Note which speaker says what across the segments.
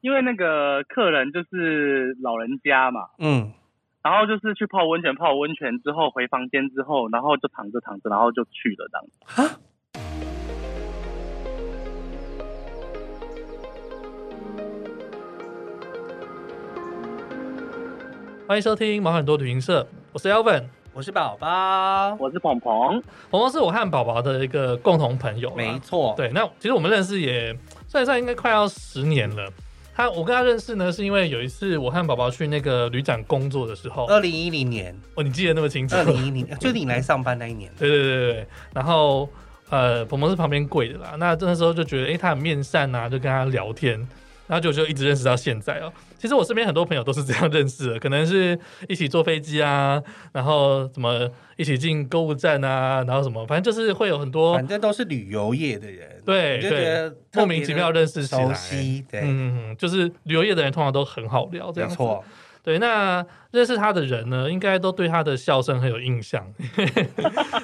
Speaker 1: 因为那个客人就是老人家嘛，
Speaker 2: 嗯，
Speaker 1: 然后就是去泡温泉，泡温泉之后回房间之后，然后就躺着躺着，然后就去了这样子。
Speaker 2: 哈，
Speaker 3: 欢迎收听毛很多旅行社，我是 Elvin。
Speaker 4: 我是宝宝，
Speaker 1: 我是鹏鹏，
Speaker 3: 鹏鹏是我和宝宝的一个共同朋友啊，
Speaker 4: 没错，
Speaker 3: 对，那其实我们认识也算一算应该快要十年了。他我跟他认识呢，是因为有一次我和宝宝去那个旅展工作的时候，
Speaker 4: 二零一零年，
Speaker 3: 哦，呃你记得那么清楚？
Speaker 4: 二零一零，就是你来上班那一年，
Speaker 3: 对对对对对，然后呃，鹏鹏是旁边跪的啦，那那时候就觉得，诶，他很面善啊，就跟他聊天，然后就就一直认识到现在哦、其实我身边很多朋友都是这样认识的，可能是一起坐飞机啊，然后什么一起进购物站啊，然后什么，反正就是会有很多
Speaker 4: 反正都是旅游业的人，
Speaker 3: 哦对
Speaker 4: 你就觉得
Speaker 3: 莫名其妙
Speaker 4: 的
Speaker 3: 认识起
Speaker 4: 熟
Speaker 3: 来。
Speaker 4: 悉，对，
Speaker 3: 嗯，就是旅游业的人通常都很好聊，这
Speaker 4: 没
Speaker 3: 样子。
Speaker 4: 错，
Speaker 3: 对，那认识他的人呢，应该都对他的笑声很有 印象。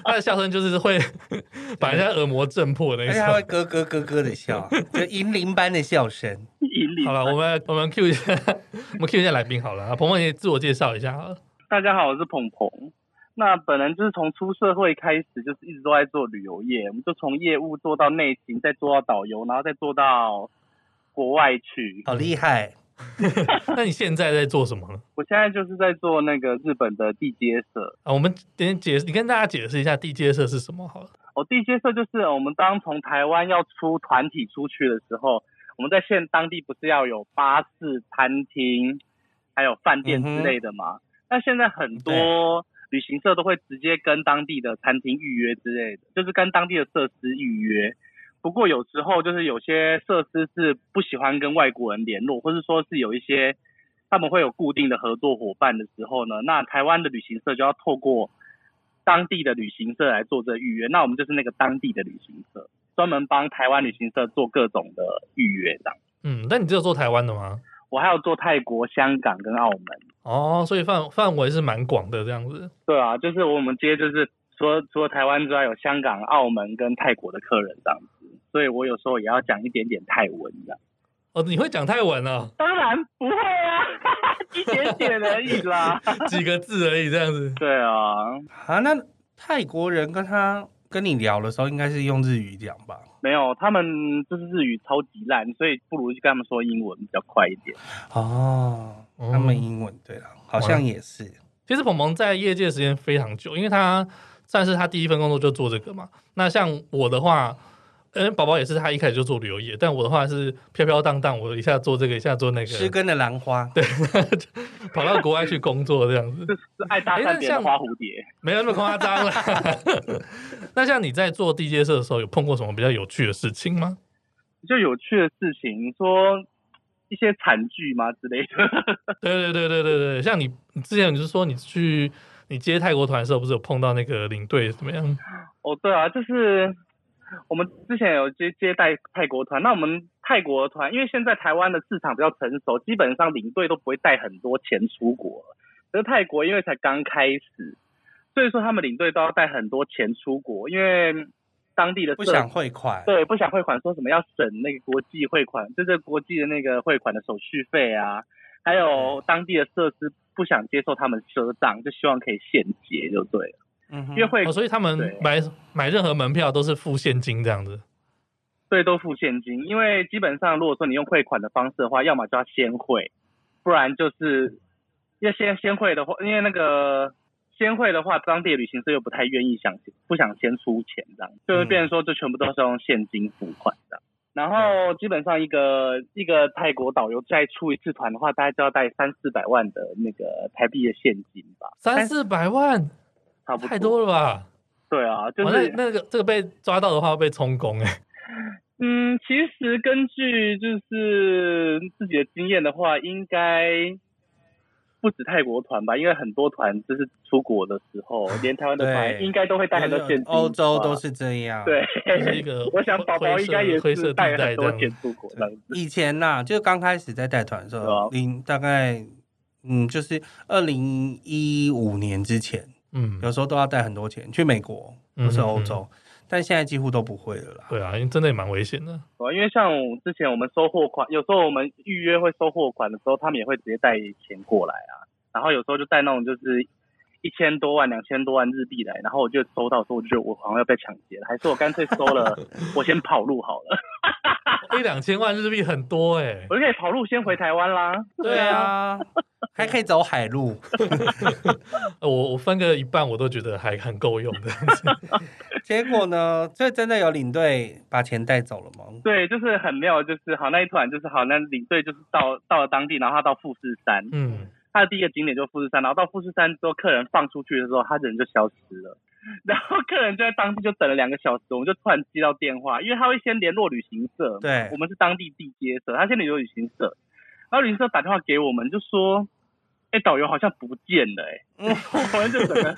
Speaker 3: 他的笑声就是会 把人家耳膜震破的
Speaker 4: 而
Speaker 3: 那
Speaker 4: 且他会
Speaker 3: 种。
Speaker 4: 咯咯咯咯的笑，就银铃般的笑声。
Speaker 1: 引领
Speaker 3: 好了，我们我们 Q 一下， 我们 Q 一下来宾好了。啊鹏鹏也自我介绍一下好了。
Speaker 1: 大家好，我是鹏鹏。那本人就是从出社会开始，就是一直都在做旅游业，我们就从业务做到内勤，再做到导游，然后再做到国外去。
Speaker 4: 好厉害！
Speaker 3: 那你现在在做什么呢？
Speaker 1: 我现在就是在做那个日本的地接社。
Speaker 3: 啊，我们先解释，你跟大家解释一下地接社是什么好了。
Speaker 1: 哦，地接社就是呃我们当从台湾要出团体出去的时候，我们在现当地不是要有巴士、餐厅，还有饭店之类的嘛？那现在很多旅行社都会直接跟当地的餐厅预约之类的，就是跟当地的设施预约。不过有时候就是有些设施是不喜欢跟外国人联络，或是说是有一些他们会有固定的合作伙伴的时候呢，那台湾的旅行社就要透过当地的旅行社来做这预约。那我们就是那个当地的旅行社，专门帮台湾旅行社做各种的预约这样。
Speaker 3: 嗯，那你只有做台湾的吗？
Speaker 1: 我还有做泰国、香港跟澳门。
Speaker 3: 哦，所以范范围是蛮广的这样子。
Speaker 1: 对啊，就是我们接就是除了除了台湾之外，有香港、澳门跟泰国的客人这样子，所以我有时候也要讲一点点泰文这样。
Speaker 3: 哦，你会讲泰文哦，
Speaker 1: 当然不会啊，一点点而已啦。
Speaker 3: 几个字而已这样 子。
Speaker 1: 对啊，
Speaker 4: 啊，那泰国人跟他跟你聊的时候，应该是用日语讲吧？
Speaker 1: 没有，他们就是日语超级烂，所以不如就跟他们说英文比较快一点。
Speaker 4: 哦，
Speaker 3: 哦嗯
Speaker 4: 他们英文对了，好像也是。
Speaker 3: 其实鹏鹏在业界时间非常久，因为他算是他第一份工作就做这个嘛。那像我的话，嗯，宝宝也是他一开始就做旅游业，但我的话是飘飘荡荡，我一下做这个，一下做那
Speaker 4: 失
Speaker 3: 个，
Speaker 4: 根的兰花，
Speaker 3: 跑到国外去工作这样子，
Speaker 1: 是爱搭讪别人的花蝴蝶。
Speaker 3: 没有那么夸张了。 那像你在做地接社的时候，有碰过什么比较有趣的事情吗？
Speaker 1: 就有趣的事情，你说一些惨剧吗之类的？
Speaker 3: 对对对对对对，像你你之前你是说你去你接泰国团的时候，不是有碰到那个领队怎么样？
Speaker 1: 哦，对啊，就是我们之前有接接待泰国团，那我们泰国团，因为现在台湾的市场比较成熟，基本上领队都不会带很多钱出国了。可是泰国因为才刚开始，所以说他们领队都要带很多钱出国，因为当地的
Speaker 4: 不
Speaker 1: 社
Speaker 4: 想汇款。
Speaker 1: 对，不想汇款，说什么要省那个国际汇款，就是国际的那个汇款的手续费啊，还
Speaker 4: 嗯
Speaker 1: 有当地的设施不想接受他们赊账，就希望可以现结就对了，
Speaker 4: 嗯
Speaker 1: 因
Speaker 4: 哼，
Speaker 1: 为汇
Speaker 3: 哦，所以他们
Speaker 1: 对
Speaker 3: 买买任何门票都是付现金这样子。
Speaker 1: 对都付现金，因为基本上如果说你用汇款的方式的话，要么就要先汇，不然就是要先先汇的话，因为那个。先汇的话，当地的旅行社又不太愿意想不想先出钱这样，就是变成说就全部都是用现金付款这样。然后基本上一个一个泰国导游再出一次团的话，大概就要带三四百万的那个台币的现金吧，
Speaker 3: 三四百万，
Speaker 1: 哎差不多。
Speaker 3: 太多了吧？
Speaker 1: 对啊，就
Speaker 3: 哇
Speaker 1: 是
Speaker 3: 那那个这个被抓到的话会被充 公哎、
Speaker 1: 嗯，其实根据就是自己的经验的话，应该不止泰国团吧，因为很多团就是出国的时候，连台湾的团
Speaker 4: 对
Speaker 1: 应该都会带很多现金吧。
Speaker 4: 欧洲都是这样。
Speaker 1: 对，
Speaker 3: 就是一个
Speaker 1: 我想宝宝应该也
Speaker 3: 灰色
Speaker 1: 是带
Speaker 3: 地带
Speaker 1: 很
Speaker 3: 这
Speaker 1: 多
Speaker 3: 样
Speaker 1: 钱出国这样子。
Speaker 4: 以前呐、就刚开始在带团的时
Speaker 1: 对啊
Speaker 4: 候，零、大概嗯，就是二零一五年之前，
Speaker 3: 嗯
Speaker 4: 有时候都要带很多钱去美国
Speaker 3: 嗯
Speaker 4: 或是欧洲。但现在几乎都不会了啦。
Speaker 3: 对啊，因为真的也蛮危险的。
Speaker 1: 对啊因为像我之前我们收货款，有时候我们预约会收货款的时候，他们也会直接带钱过来啊，然后有时候就带那种就是一千多万、两千多万日币来，然后我就收到的时候，我就觉得我好像要被抢劫了，还是我干脆收了，我先跑路好了，
Speaker 3: 一两千万日币很多哎、
Speaker 1: 我就可以跑路先回台湾啦。
Speaker 4: 对啊，还可以走海路，
Speaker 3: 呃我我分个一半我都觉得还很够用的。
Speaker 4: 结果呢？这真的有领队把钱带走了吗？
Speaker 1: 对，就是很妙，就是好那一团就是好那领队就是到到了当地，然后他到富士山，
Speaker 3: 嗯，
Speaker 1: 他的第一个景点就是富士山，然后到富士山之后，客人放出去的时候，他人就消失了。 然后客人就在当地就等了两个小时，我们就突然接到电话，因为他会先联络旅行社，
Speaker 4: 对
Speaker 1: 我们是当地地接社，他先联络旅行社，然后旅行社打电话给我们，就说，哎，导游好像不见了、哎，我们就整个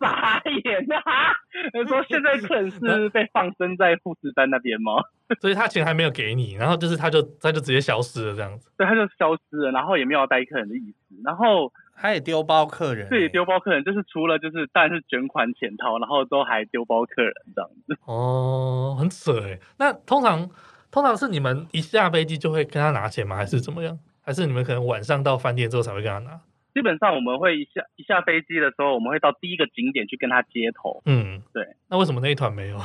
Speaker 1: 傻眼啊！他说现在客人是被放生在富士山那边吗？
Speaker 3: 所以他钱还没有给你，然后就是他就他就直接消失了这样子。
Speaker 1: 对，他就消失了，然后也没有要带客人的意思，然后。
Speaker 4: 他也丢包客人、欸
Speaker 1: 自己丢包客人，就是除了就是当然是卷款潜逃，然后都还丢包客人这样子。
Speaker 3: 哦，很扯哎、那通常通常是你们一下飞机就会跟他拿钱吗？还是怎么样？还是你们可能晚上到饭店之后才会跟他拿？。
Speaker 1: 基本上我们会一下一下飞机的时候，我们会到第一个景点去跟他接头
Speaker 3: 嗯，
Speaker 1: 对。
Speaker 3: 那为什么那一团没有？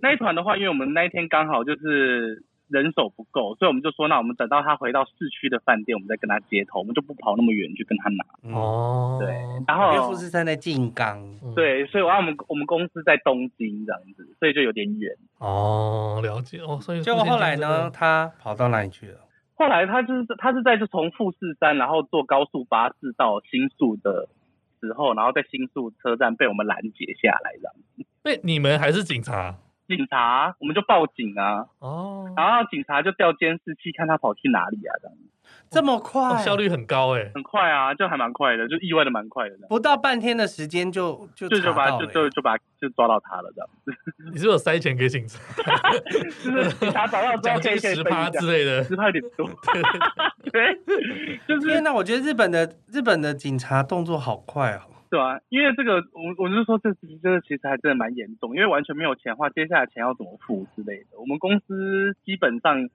Speaker 1: 那一团的话，因为我们那一天刚好就是人手不够，所以我们就说，那我们等到他回到市区的饭店，我们再跟他接头，我们就不跑那么远去跟他拿。
Speaker 4: 嗯，
Speaker 3: 哦，
Speaker 1: 对然
Speaker 4: 因为
Speaker 1: 后
Speaker 4: 富士山在静冈，
Speaker 3: 嗯，
Speaker 1: 对，所以我啊我们我们公司在东京这样子，所以就有点远。
Speaker 3: 哦，了解哦，所以
Speaker 4: 结果后来呢，？他跑到哪里去了？
Speaker 1: 后来他就是他是在就从富士山，然后坐高速巴士到新宿的时候，然后在新宿车站被我们拦截下来，这样。
Speaker 3: 被你们还是警察
Speaker 1: 警察我们就报警啊，
Speaker 3: 哦，
Speaker 1: 然后警察就调监视器看他跑去哪里啊，这样
Speaker 4: 这么
Speaker 3: 哦
Speaker 1: 啊
Speaker 4: 快，
Speaker 3: 效率很高哎、
Speaker 1: 很快啊，就还蛮快的，就意外的蛮快的，这样
Speaker 4: 不到半天的时间就就
Speaker 1: 就就
Speaker 4: 查
Speaker 1: 把
Speaker 4: 到
Speaker 1: 就
Speaker 4: 了
Speaker 1: 就
Speaker 4: 耶。
Speaker 1: 就把就抓到他了，这样。
Speaker 3: 你是不是有塞钱给警察，
Speaker 1: 就是警察找到之后
Speaker 3: 奖
Speaker 1: 啊可以
Speaker 3: 金
Speaker 1: 可以
Speaker 3: 十
Speaker 1: 分
Speaker 3: 趴
Speaker 1: 一
Speaker 3: 之
Speaker 1: 下，
Speaker 3: 类的，
Speaker 1: 十趴有点多， 对，就是
Speaker 4: 天哪，我觉得日本的日本的警察动作好快哦。
Speaker 1: 对啊，因为这个，我我就说这这个其实还真的蛮严重，因为完全没有钱的话，接下来钱要怎么付之类的。我们公司基本上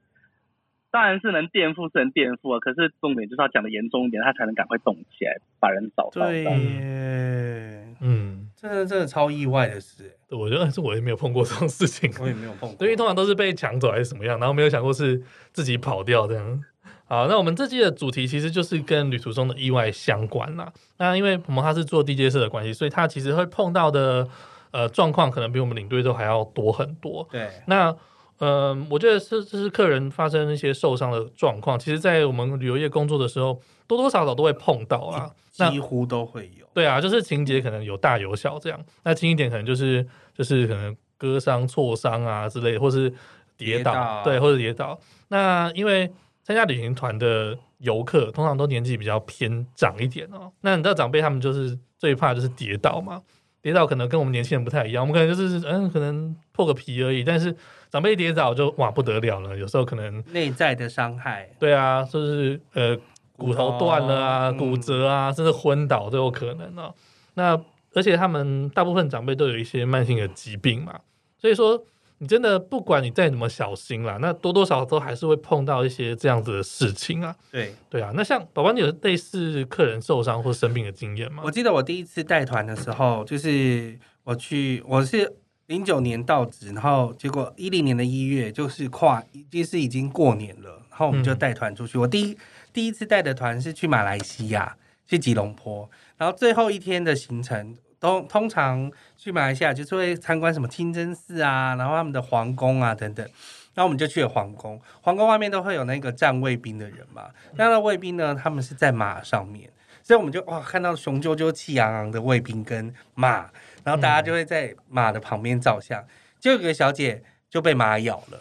Speaker 1: 当然是能垫付是能垫付啊，可是重点就是要讲的严重一点，他才能赶快动起来，把人找到。
Speaker 4: 对
Speaker 1: 这样
Speaker 4: 耶，
Speaker 3: 嗯，
Speaker 4: 真的真的超意外的事，
Speaker 3: 对我觉得是我也没有碰过这种事情，
Speaker 4: 我也没有碰过。
Speaker 3: 对，因为通常都是被抢走还是什么样，然后没有想过是自己跑掉这样。好，那我们这期的主题其实就是跟旅途中的意外相关啦。那因为我们他是做地接社的关系，所以他其实会碰到的呃状况，可能比我们领队都还要多很多。
Speaker 4: 对，
Speaker 3: 那嗯、我觉得是这是客人发生一些受伤的状况，其实，在我们旅游业工作的时候，多多少少都会碰到
Speaker 1: 嗯
Speaker 3: 啊。那
Speaker 4: 几乎都会有。
Speaker 3: 对啊，就是情节可能有大有小这样。那轻一点可能就是就是可能割伤、挫伤啊之类的，或是跌倒，
Speaker 4: 跌倒
Speaker 3: 啊对，或者跌倒。那因为参加旅行团的游客通常都年纪比较偏长一点哦。那你知道长辈他们就是最怕就是跌倒嘛，跌倒可能跟我们年轻人不太一样，我们可能就是嗯可能破个皮而已，但是长辈一跌倒就哇不得了了，有时候可能
Speaker 4: 内在的伤害，
Speaker 3: 对啊，就是呃骨
Speaker 4: 骨
Speaker 3: 头
Speaker 4: 头
Speaker 3: 断了啊、
Speaker 4: 嗯
Speaker 3: 骨折啊，甚至昏倒都有可能啊。那而且他们大部分长辈都有一些慢性的疾病嘛，所以说你真的不管你再怎么小心啦，那多多少少都还是会碰到一些这样子的事情啊。
Speaker 4: 对
Speaker 3: 对啊，那像宝宝，你有类似客人受伤或生病的经验吗
Speaker 4: 我？记得我第一次带团的时候，就是我去，我是零九年到职，然后结果一零年的一月就是跨，就是已经过年了，然后我们就
Speaker 3: 嗯
Speaker 4: 带团出去。我第一第一次带的团是去马来西亚，去吉隆坡，然后最后一天的行程。都通常去马来西亚就是会参观什么清真寺啊，然后他们的皇宫啊等等。然后我们就去了皇宫，皇宫外面都会有那个站卫兵的人嘛。那那卫兵呢，他们是在马上面，所以我们就哇看到雄赳赳、气昂昂的卫兵跟马，然后大家就会在马的旁边照相。就有个小姐就被马咬了，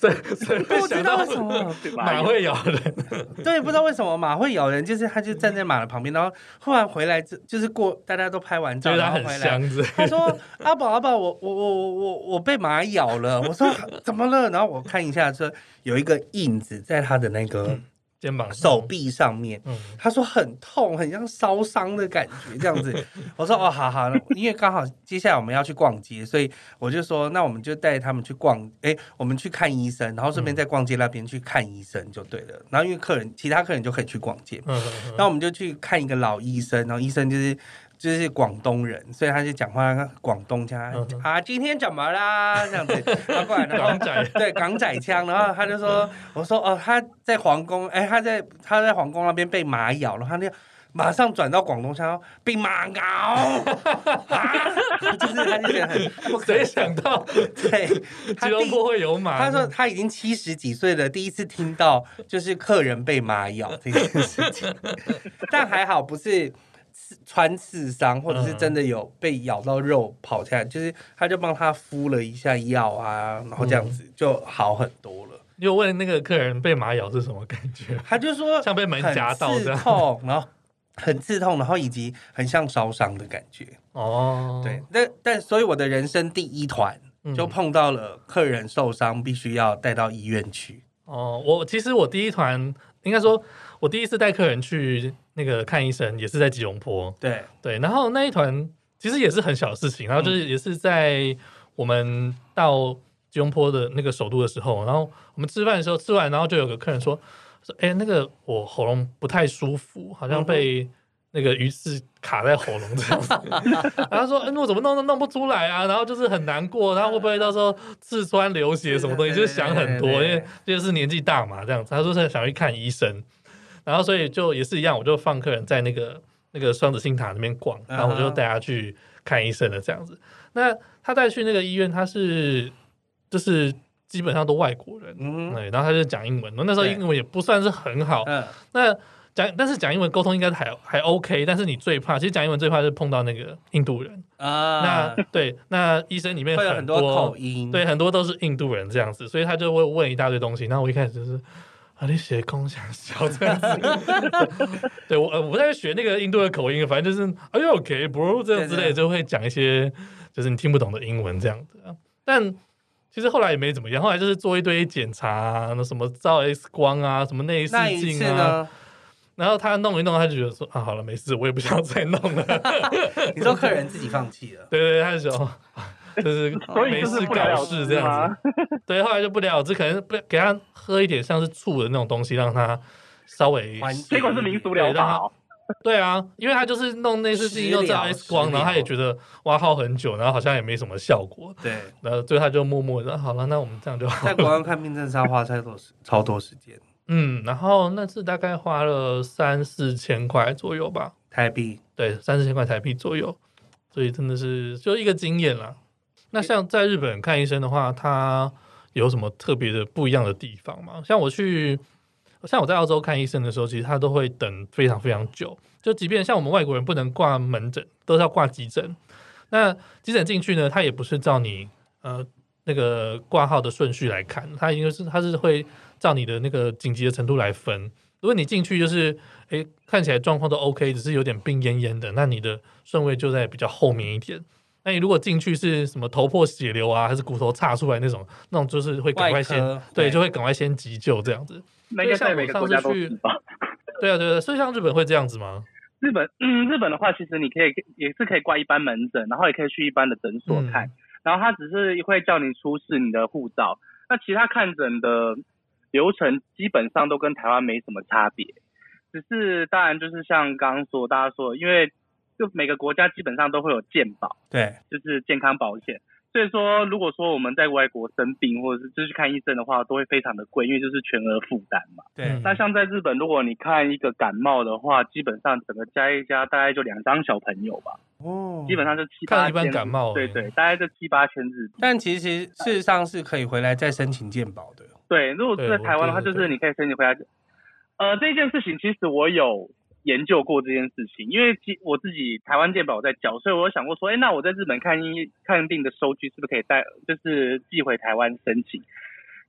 Speaker 3: 谁谁会
Speaker 4: 不知
Speaker 3: 想
Speaker 4: 道
Speaker 3: 到
Speaker 4: 为什么，
Speaker 1: 对吧
Speaker 3: 马会咬 人？
Speaker 4: 对，不知道为什么马会咬人，就是他就站在马的旁边，然后忽然回来，就就是过大家都拍完
Speaker 3: 觉
Speaker 4: 照，
Speaker 3: 得
Speaker 4: 然
Speaker 3: 它
Speaker 4: 后
Speaker 3: 很
Speaker 4: 回来。
Speaker 3: 香之类的。
Speaker 4: 他说：“阿宝，阿宝，我我我我我我被马
Speaker 3: 嗯
Speaker 4: 咬了。”我说：“怎么了？”然后我看一下，说有一个印子在他的那个
Speaker 3: 肩膀
Speaker 4: 手，臂上面。
Speaker 3: 嗯，
Speaker 4: 他说很痛，很像烧伤的感觉这样 子。我说哦，好好，那因为刚好接下来我们要去逛街，所以我就说那我们就带他们去逛，哎，我们去看医生，然后顺便在逛街那边去看医生就对了。然后因为客人其他客人就可以去逛街，
Speaker 3: 嗯嗯
Speaker 4: 那我们就去看一个老医生，然后医生就是。就是广东人，所以他就讲话广东腔
Speaker 3: 嗯哼
Speaker 4: 啊，今天怎么啦？这样子，然后过来，然后
Speaker 3: 港仔
Speaker 4: 对港仔腔，然后他就说，我说哦，他在皇宫，哎，他在他在皇宫那边被马咬了，他就马上转到广东腔，被马咬， 啊，就是他就觉得很 不可
Speaker 3: 谁想到
Speaker 4: 对，他
Speaker 3: 吉
Speaker 4: 第
Speaker 3: 隆
Speaker 4: 一
Speaker 3: 坡会有马？
Speaker 4: 他说他已经七十几岁了，第一次听到就是客人被马咬这件事情， 但还好不是刺穿刺伤，或者是真的有被咬到肉跑下来，就是他就帮他敷了一下药啊，然后这样子就好很多了。
Speaker 3: 你有问那个客人被马咬是什么感觉？
Speaker 4: 他就说
Speaker 3: 像被门夹到
Speaker 4: 很
Speaker 3: 这
Speaker 4: 刺
Speaker 3: 样
Speaker 4: 痛，然后很刺痛，然后以及很像烧伤的感觉。
Speaker 3: 哦，
Speaker 4: 对，，但但所以我的人生第一团
Speaker 3: 嗯
Speaker 4: 就碰到了客人受伤，必须要带到医院去。
Speaker 3: 哦，我其实我第一团应该说，我第一次带客人去那个看医生，也是在吉隆坡。
Speaker 4: 对，
Speaker 3: 对，然后那一团其实也是很小的事情，然后就是也是在我们到吉隆坡的那个首都的时候，然后我们吃饭的时候吃完，然后就有个客人说说，哎、那个我喉咙不太舒服，好像被那个鱼刺卡在喉咙这样子，然后他说，嗯、我怎么弄都弄不出来啊，然后就是很难过，然后会不会到时候刺穿流血什么东西，就是想很多，因为就是年纪大嘛这样子，他说是想去看医生。然后所以就也是一样，我就放客人在那个那个双子星塔那边逛，
Speaker 4: 嗯哼
Speaker 3: 然后我就带他去看医生了这样子。那他带去那个医院，他是就是基本上都外国人，
Speaker 4: 嗯哼
Speaker 3: 对，然后他就讲英文，那时候
Speaker 4: 对
Speaker 3: 英文也不算是很好，
Speaker 4: 嗯，
Speaker 3: 那讲但是讲英文沟通应该还还 OK，但是你最怕，其实讲英文最怕就是碰到那个印度人，
Speaker 4: 啊，
Speaker 3: 那对，那医生里面
Speaker 4: 会有很多口音，
Speaker 3: 对，，很多都是印度人这样子，所以他就会问一大堆东西。然后我一开始就是啊，你写共享小这样子， 对我呃我不太学那个印度的口音，反正就是哎呦 OK bro 这样之类
Speaker 4: 对
Speaker 3: 的，
Speaker 4: 对
Speaker 3: 就会讲一些就是你听不懂的英文这样子。啊但其实后来也没怎么样，后来就是做一堆检查、啊，那什么照 X 光啊，什么内视
Speaker 4: 那一次
Speaker 3: 镜啊，
Speaker 4: 呢？
Speaker 3: 然后他弄一弄，他就觉得说啊，好了，没事，我也不想再弄了。
Speaker 4: 你说客人自己放弃了，
Speaker 3: 对对，他就说，哦 就是
Speaker 1: 所
Speaker 3: 没
Speaker 1: 以就是
Speaker 3: 事
Speaker 1: 不了
Speaker 3: 搞
Speaker 1: 了
Speaker 3: 事
Speaker 1: 之
Speaker 3: 这样
Speaker 1: 吗
Speaker 3: 子。对，后来就不了了之，可能不给他喝一点像是醋的那种东西，让他稍微
Speaker 4: 缓解
Speaker 1: 结果是民俗
Speaker 3: 对
Speaker 1: 疗
Speaker 3: 让
Speaker 1: 法
Speaker 3: 他
Speaker 1: 哦，
Speaker 3: 对啊，因为他就是弄那次镜又照
Speaker 4: 食疗
Speaker 3: X 光，然后他也觉得哇耗很久，然后好像也没什么效果，
Speaker 4: 对，
Speaker 3: 然后最后他就默默的好了，那我们这样就好
Speaker 4: 在
Speaker 3: 了。
Speaker 4: 国外看病真的是要花太多时，超多时间，
Speaker 3: 嗯，然后那次大概花了三四千块左右吧，
Speaker 4: 台币。
Speaker 3: 对，三四千块台币左右，所以真的是就一个经验啦。那像在日本看医生的话，它有什么特别的不一样的地方吗？像我去，像我在澳洲看医生的时候，其实他都会等非常非常久，就即便像我们外国人不能挂门诊，都是要挂急诊。那急诊进去呢，他也不是照你呃那个挂号的顺序来看，他应该是他是会照你的那个紧急的程度来分。如果你进去就是诶，看起来状况都 OK，只是有点病恹恹的，那你的顺位就在比较后面一点。那你如果进去是什么头破血流啊，还是骨头岔出来那种，那种就是会赶快
Speaker 4: 外
Speaker 3: 先
Speaker 4: 科
Speaker 3: 对，就会赶快先急救这样子。
Speaker 1: 那应该在每个国家都是吧？
Speaker 3: 对啊，对啊，所以像日本会这样子吗？
Speaker 1: 日本， 嗯，日本的话，其实你可以也是可以挂一般门诊，然后也可以去一般的诊所看，然后他只是会叫你出示你的护照，那其他看诊的流程基本上都跟台湾没什么差别，只是当然就是像刚刚说大家说的，因为就每个国家基本上都会有健保，
Speaker 4: 对，
Speaker 1: 就是健康保险。所以说，如果说我们在外国生病或者是就是去看医生的话，都会非常的贵，因为就是全额负担嘛。
Speaker 3: 嗯
Speaker 4: 对，
Speaker 1: 那像在日本，如果你看一个感冒的话，基本上整个加一加，大概就两张小朋友吧，
Speaker 4: 哦
Speaker 1: 基本。上就七
Speaker 3: 看了
Speaker 1: 八
Speaker 3: 一般
Speaker 1: 千。
Speaker 3: 感冒
Speaker 1: 对
Speaker 3: 而已
Speaker 1: 对，大概就七八千日币。
Speaker 4: 但其实事实上是可以回来再申请健保的。
Speaker 1: 对，如果是在
Speaker 3: 对
Speaker 1: 台湾的
Speaker 3: 我
Speaker 1: 话，
Speaker 3: 记得
Speaker 1: 就是你可以申请回来。呃，这件事情其实我有研究过这件事情，因为其我自己台湾健保在缴，所以我有想过说，哎，那我在日本看医看病的收据是不是可以带，就是寄回台湾申请？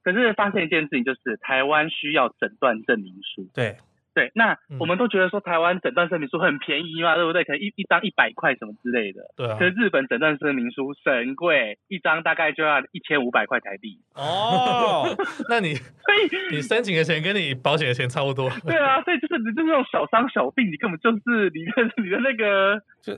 Speaker 1: 可是发现一件事情，就是台湾需要诊断证明书。
Speaker 4: 对，
Speaker 1: 对，那
Speaker 3: 嗯
Speaker 1: 我们都觉得说台湾诊断声明书很便宜嘛，对不对？可能一一张一百块什么之类的。
Speaker 3: 对啊
Speaker 1: 可，是日本诊断声明书神贵，一张大概就要一千五百块台币。
Speaker 4: 哦，
Speaker 3: 那你
Speaker 1: 所以，
Speaker 3: 你申请的钱跟你保险的钱差不多，
Speaker 1: 对啊，所以就是你就是那种小伤小病，你根本就是你的 你的那个
Speaker 4: 就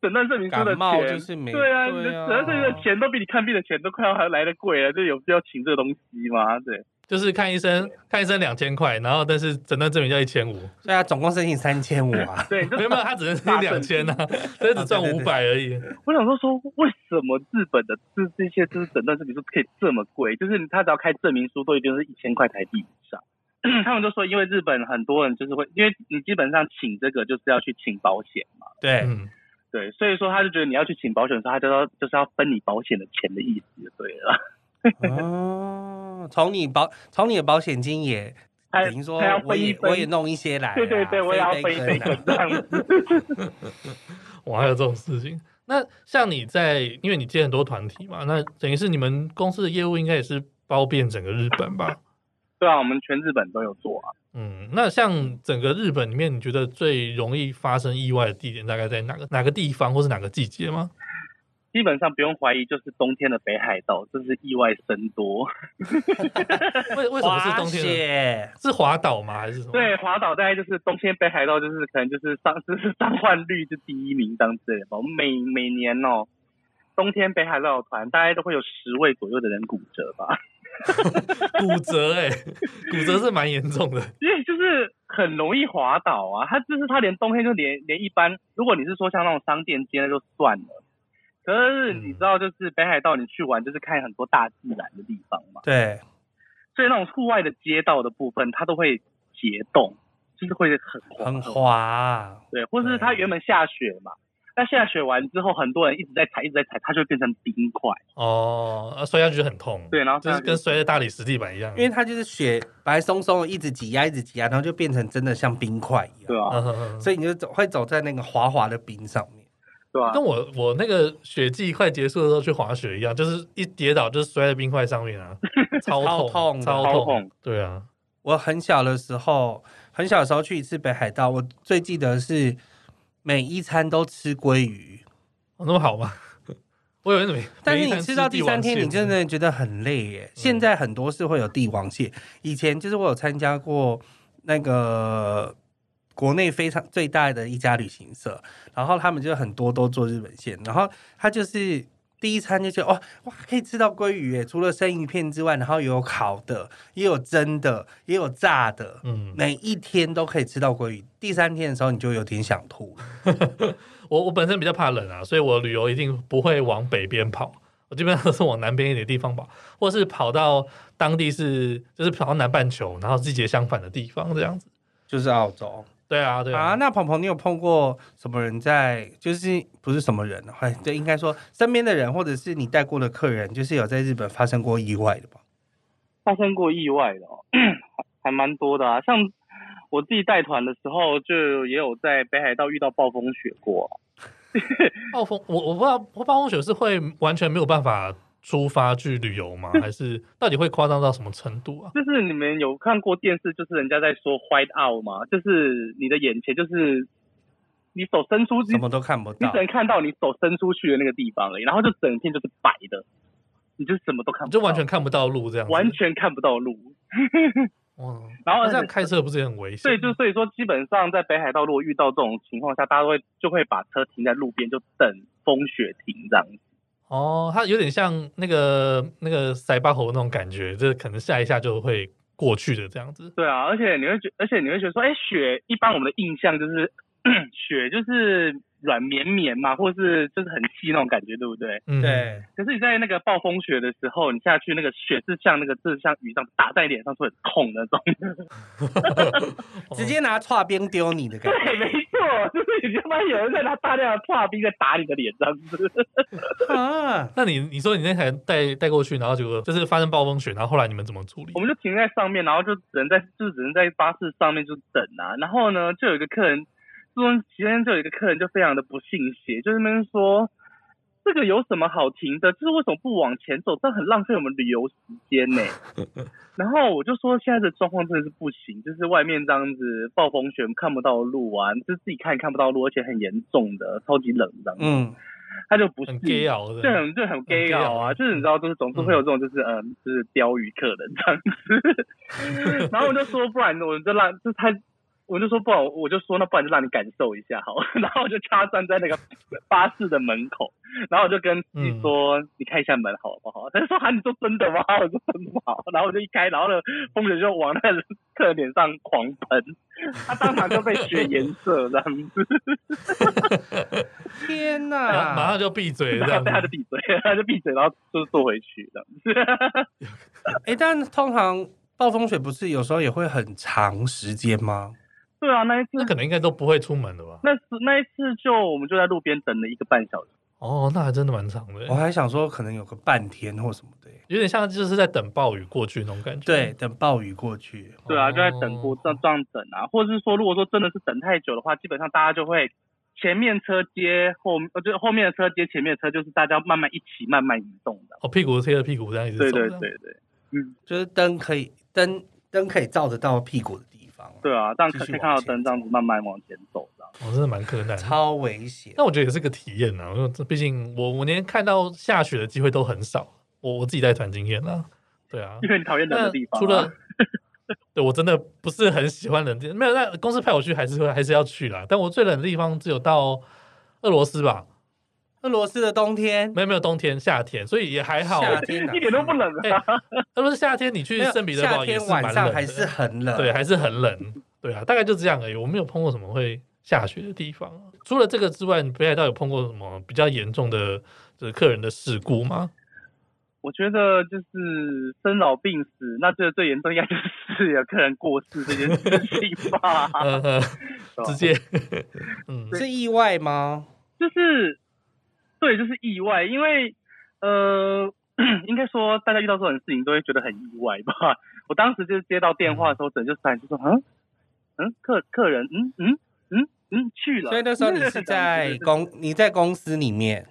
Speaker 1: 诊断证明书的
Speaker 4: 感冒
Speaker 1: 钱，
Speaker 4: 就是没
Speaker 1: 对啊，你的
Speaker 4: 对
Speaker 1: 诊断证明的钱都比你看病的钱都快要还来得贵了，就有必要请这个东西吗？对，
Speaker 3: 就是看医生看医生两千块，然后但是诊断证明要一千五，
Speaker 4: 对啊，总共申请三千五啊。
Speaker 1: 对，你就
Speaker 3: 没有没有，他只能是两千呐，所以只赚五百而已。
Speaker 1: 我想说说，为什么日本的这这些就是诊断证明书可以这么贵？就是他只要开证明书，都一定是一千块台币以上。 他们就说，因为日本很多人就是会，因为你基本上请这个就是要去请保险嘛，
Speaker 4: 对，
Speaker 3: 嗯，
Speaker 1: 对，所以说他就觉得你要去请保险的时候，他就要就是要分你保险的钱的意思，对了，
Speaker 4: 哦，从你保从你的保险金也
Speaker 1: 他
Speaker 4: 等于说
Speaker 1: 他要
Speaker 4: 我
Speaker 1: 分一
Speaker 4: 也
Speaker 1: 分
Speaker 4: 我也弄一些来啊，
Speaker 1: 对对对，我也要分
Speaker 4: 分
Speaker 1: 一杯羹
Speaker 4: 啊
Speaker 1: 这样子。
Speaker 3: 哇，还有这种事情。那像你在，因为你接很多团体嘛，那等于是你们公司的业务应该也是包遍整个日本吧？
Speaker 1: 对啊，我们全日本都有做啊。
Speaker 3: 嗯，那像整个日本里面，你觉得最容易发生意外的地点大概在哪个哪个地方，或是哪个季节吗？
Speaker 1: 基本上不用怀疑，就是冬天的北海道，这是意外增多。
Speaker 3: 为为什么是
Speaker 4: 滑
Speaker 3: 冬天呢？
Speaker 4: 雪
Speaker 3: 是滑倒吗？还是什么？
Speaker 1: 对，滑倒大概就是冬天北海道，就是可能就是伤就是伤患率是第一名当之类的吧。我们每每年哦，冬天北海道的团大概都会有十位左右的人骨折吧，
Speaker 3: 骨折哎、骨折是蛮严重的。
Speaker 1: 因为就是很容易滑倒啊。他就是他连冬天就连连一般，如果你是说像那种商店街那就算了，可是你知道就是北海道你去玩就是看很多大自然的地方嘛，
Speaker 4: 对，
Speaker 1: 所以那种户外的街道的部分它都会结冻，就是会很滑
Speaker 4: 很滑，啊
Speaker 1: 对，或是它
Speaker 4: 对
Speaker 1: 原本下雪嘛，那下雪完之后，很多人一直在踩，一直在踩，它就会变成冰块。
Speaker 3: 哦，啊摔下去就很痛。
Speaker 1: 对然后
Speaker 3: 就是跟摔在大理石地板一样。
Speaker 4: 因为它就是雪白松松的，一直挤压，啊一直挤压，然后就变成真的像冰块一样，
Speaker 1: 对啊，
Speaker 3: 嗯哼哼
Speaker 4: 所以你就走会走在那个滑滑的冰上面。
Speaker 1: 对啊
Speaker 3: 跟，我我那个雪季快结束的时候去滑雪一样，就是一跌倒就是摔在冰块上面啊，超
Speaker 4: 超痛
Speaker 3: 痛，
Speaker 4: 的
Speaker 3: 超
Speaker 1: 超痛
Speaker 3: 对啊，
Speaker 4: 我很小的时候，很小的时候去一次北海道，我最记得是每一餐都吃鲑鱼，
Speaker 3: 哦那么好吗？ 我以为你每，
Speaker 4: 但是
Speaker 3: 每一
Speaker 4: 你
Speaker 3: 餐
Speaker 4: 吃到第三天，
Speaker 3: 帝王蟹
Speaker 4: 你真的觉得很累耶。现在很多是会有帝王蟹，以前就是我有参加过那个国内非常最大的一家旅行社，然后他们就很多都做日本线，然后他就是。第一餐就觉得哦哇，可以吃到鲑鱼耶！除了生鱼片之外，然后也有烤的，也有蒸的，也有炸的，
Speaker 3: 嗯，
Speaker 4: 每一天都可以吃到鲑鱼。第三天的时候，你就有点想吐了。
Speaker 3: 我我本身比较怕冷啊，所以我旅游一定不会往北边跑，我基本上都是往南边一点地方跑，或是跑到当地是就是跑到南半球，然后季节相反的地方这样子。
Speaker 4: 就是澳洲
Speaker 3: 对啊，对
Speaker 4: 啊，
Speaker 3: 啊，
Speaker 4: 那鹏鹏，你有碰过什么人在？就是不是什么人啊？哎，对，应该说身边的人，或者是你带过的客人，就是有在日本发生过意外的吧？
Speaker 1: 发生过意外的哦，还蛮多的啊。像我自己带团的时候，就也有在北海道遇到暴风雪过。
Speaker 3: 暴风我我不知道暴风雪是会完全没有办法出发去旅游
Speaker 1: 嗯
Speaker 3: 吗？还是到底会夸张到什么程度啊？
Speaker 1: 就是你们有看过电视，就是人家在说 white out 吗？就是你的眼前，就是你手伸出，你
Speaker 4: 什么都看不
Speaker 1: 你
Speaker 4: 到
Speaker 1: 只，能看到你手伸出去的那个地方而已，然后就整片就是白的，你就什么都看不到，
Speaker 3: 就完全看不到路这样子，
Speaker 1: 完全看不到路。
Speaker 3: 哇！
Speaker 1: 然后
Speaker 3: 那这样开车不是也很危险？
Speaker 1: 所以就所以说，基本上在北海道，如果遇到这种情况下，大家都会就会把车停在路边，就等风雪停这样子。
Speaker 3: 哦，它有点像那个那个塞巴猴那种感觉，就是可能下一下就会过去的这样子。
Speaker 1: 对啊，而且你会觉，而且你会觉得说，哎，雪一般我们的印象就是 雪就是软绵绵嘛，或是就是很细那种感觉，对不对？
Speaker 3: 嗯，
Speaker 4: 对，
Speaker 1: 可是你在那个暴风雪的时候，你下去那个雪是像那个就是像雨这样打在脸上，会很痛的那种。
Speaker 3: 哦，
Speaker 4: 直接拿叉边丢你的感觉。
Speaker 1: 对，没错，就是你他妈有人在拿大量的画冰在打你的脸上，是不是？
Speaker 4: 啊，
Speaker 3: 那你你说你那台带带过去，然后结果就是发生暴风雪，然后后来你们怎么处理
Speaker 1: 我？们就停在上面，然后就只能在就只能在巴士上面就等啊。然后呢，就有一个客人，中间期间就有一个客人就非常的不信邪，就在那边说。这个有什么好停的？就是为什么不往前走？这很浪费我们旅游时间呢、然后我就说现在的状况真的是不行，就是外面这样子暴风雪看不到路啊，就是自己看也看不到路，而且很严重的，超级冷的。
Speaker 4: 嗯，
Speaker 1: 他就不是
Speaker 3: 很 gay 啊熬
Speaker 1: 就
Speaker 3: 的，
Speaker 1: 很就很
Speaker 3: gay
Speaker 1: gay 佬
Speaker 3: 佬
Speaker 1: 啊，就是你知道，就是总是会有这种，就是嗯，就是钓鱼客人这样子。 然后我就说，不然我就让，就是他，我就说不然，我就说那不然就让你感受一下好了。 然后我就插站在那个巴士的门口，然后我就跟司机说，你开一下门好不好？他就说啊，你说真的吗？ 我说真的好。然后我就一开，然后呢，风雪就往那个客人脸上狂喷，他当场就被学颜色这样子，
Speaker 4: 天
Speaker 3: 然后马
Speaker 4: 哪
Speaker 3: 上！就闭嘴了这
Speaker 1: 然后
Speaker 3: 样
Speaker 1: 他就
Speaker 3: 子。
Speaker 1: 闭嘴，他就闭嘴，然后就坐回去这样
Speaker 4: 哎，但通常暴风雪不是有时候也会很长时间吗？
Speaker 1: 对啊，那一次
Speaker 3: 那可能应该都不会出门的吧？
Speaker 1: 那次那一次就我们就在路边等了一个半小时，
Speaker 3: 哦，那还真的蛮长的
Speaker 4: 我，还想说可能有个半天或什么的耶。
Speaker 3: 有点像就是在等暴雨过去那种感觉。
Speaker 4: 对，，等暴雨过去。
Speaker 1: 对啊，就在
Speaker 4: 哦
Speaker 1: 等过这样这样等啊，或者是说如果说真的是等太久的话，基本上大家就会前面车接后，呃，就是后面的车接前面的车，就是大家慢慢一起慢慢移动的。
Speaker 3: 哦，屁股贴着屁股这样一直
Speaker 1: 对
Speaker 3: 走
Speaker 1: 对
Speaker 3: 这样
Speaker 1: 对对
Speaker 4: 就是灯可以灯灯可以照得到屁股的地方，
Speaker 1: 对啊，这样
Speaker 4: 继
Speaker 1: 可
Speaker 4: 续
Speaker 1: 以看到
Speaker 4: 往前
Speaker 1: 灯这样子慢慢往前走这样。
Speaker 3: 哦，真的蛮困难的。
Speaker 4: 超危险。
Speaker 3: 但我觉得也是个体验呐、啊，我说这毕竟我我连看到下雪的机会都很少，我我自己带团经验啦、对啊，
Speaker 1: 因为你讨厌冷
Speaker 3: 那
Speaker 1: 的地方、啊，
Speaker 3: 除了 对我真的不是很喜欢冷的地，没有那公司派我去还是会还是要去啦。但我最冷的地方只有到俄罗斯吧，
Speaker 4: 俄罗斯的冬天，
Speaker 3: 没有没有冬天夏天，所以也还好。
Speaker 4: 夏天哪
Speaker 1: 一点都不冷
Speaker 3: 哎
Speaker 1: 啊，
Speaker 3: 俄罗斯夏天你去
Speaker 4: 没有
Speaker 3: 圣彼得
Speaker 4: 夏
Speaker 3: 堡也
Speaker 4: 天
Speaker 3: 是蛮
Speaker 4: 晚
Speaker 3: 冷
Speaker 4: 上
Speaker 3: 的，
Speaker 4: 还是很冷。
Speaker 3: 对，还是很冷。对啊，大概就这样而已。我没有碰过什么会下雪的地方。啊除了这个之外，你北海道有碰过什么比较严重的就是客人的事故 吗？。
Speaker 1: 我觉得就是生老病死，那这个最严重应该就是 有客人过世这件事情吧
Speaker 3: 呃呃，
Speaker 4: 哦
Speaker 1: 对吧
Speaker 3: 直接， 嗯，
Speaker 4: 是意外吗？
Speaker 1: 就是对，就是意外，因为呃， 应该说大家遇到这种事情都会觉得很意外吧。我当时就是接到电话的时候，整就闪就说，嗯嗯，客客人，嗯嗯嗯嗯去了。
Speaker 4: 所以那时候你 是在
Speaker 1: 对
Speaker 4: 公你在公司里面，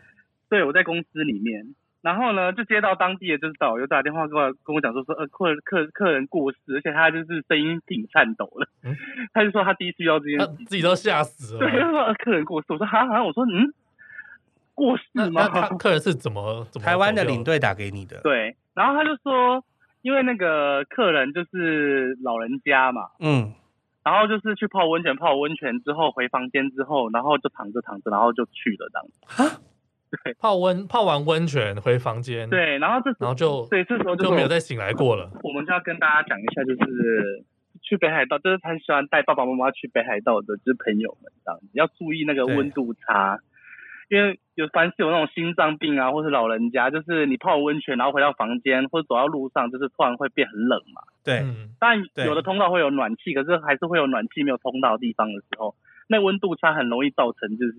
Speaker 1: 对，我在公司里面。然后呢，就接到当地的就是导游打电话跟我跟我讲说说，呃，客客客人过世，而且他就是声音挺颤抖的，
Speaker 3: 嗯
Speaker 1: 他就说他第一次遇到这件
Speaker 4: 啊
Speaker 3: 他
Speaker 1: 事，
Speaker 3: 啊自己都吓死
Speaker 1: 对，他
Speaker 3: 了。
Speaker 1: 说呃客人过世，我说哈哈，我说嗯，过世
Speaker 3: 那
Speaker 1: 吗
Speaker 3: 那？ 他客人是怎么怎么
Speaker 4: 台湾的
Speaker 3: 走掉
Speaker 4: 领队打给你的。，
Speaker 1: 对，然后他就说，因为那个客人就是老人家嘛，
Speaker 4: 嗯，
Speaker 1: 然后就是去泡温泉，泡温泉之后回房间之后，然后就躺着躺着，然后就去了这样子。
Speaker 3: 泡温泡完温泉回房间，，
Speaker 1: 对，然后这时
Speaker 3: 嗯然后就
Speaker 1: 对这时候
Speaker 3: 就
Speaker 1: 我
Speaker 3: 没有再醒来过了。
Speaker 1: 我们就要跟大家讲一下，就是去北海道，就是很喜欢带爸爸妈妈去北海道的，就是朋友们这样子，要注意那个
Speaker 4: 对
Speaker 1: 温度差，因为有凡是有那种心脏病啊，或是老人家，就是你泡温泉然后回到房间或者走到路上，就是突然会变很冷嘛。
Speaker 4: 对，
Speaker 3: 嗯，
Speaker 1: 但
Speaker 4: 对
Speaker 1: 有的通道会有暖气，可是还是会有暖气没有通道的地方的时候，那温度差很容易造成就是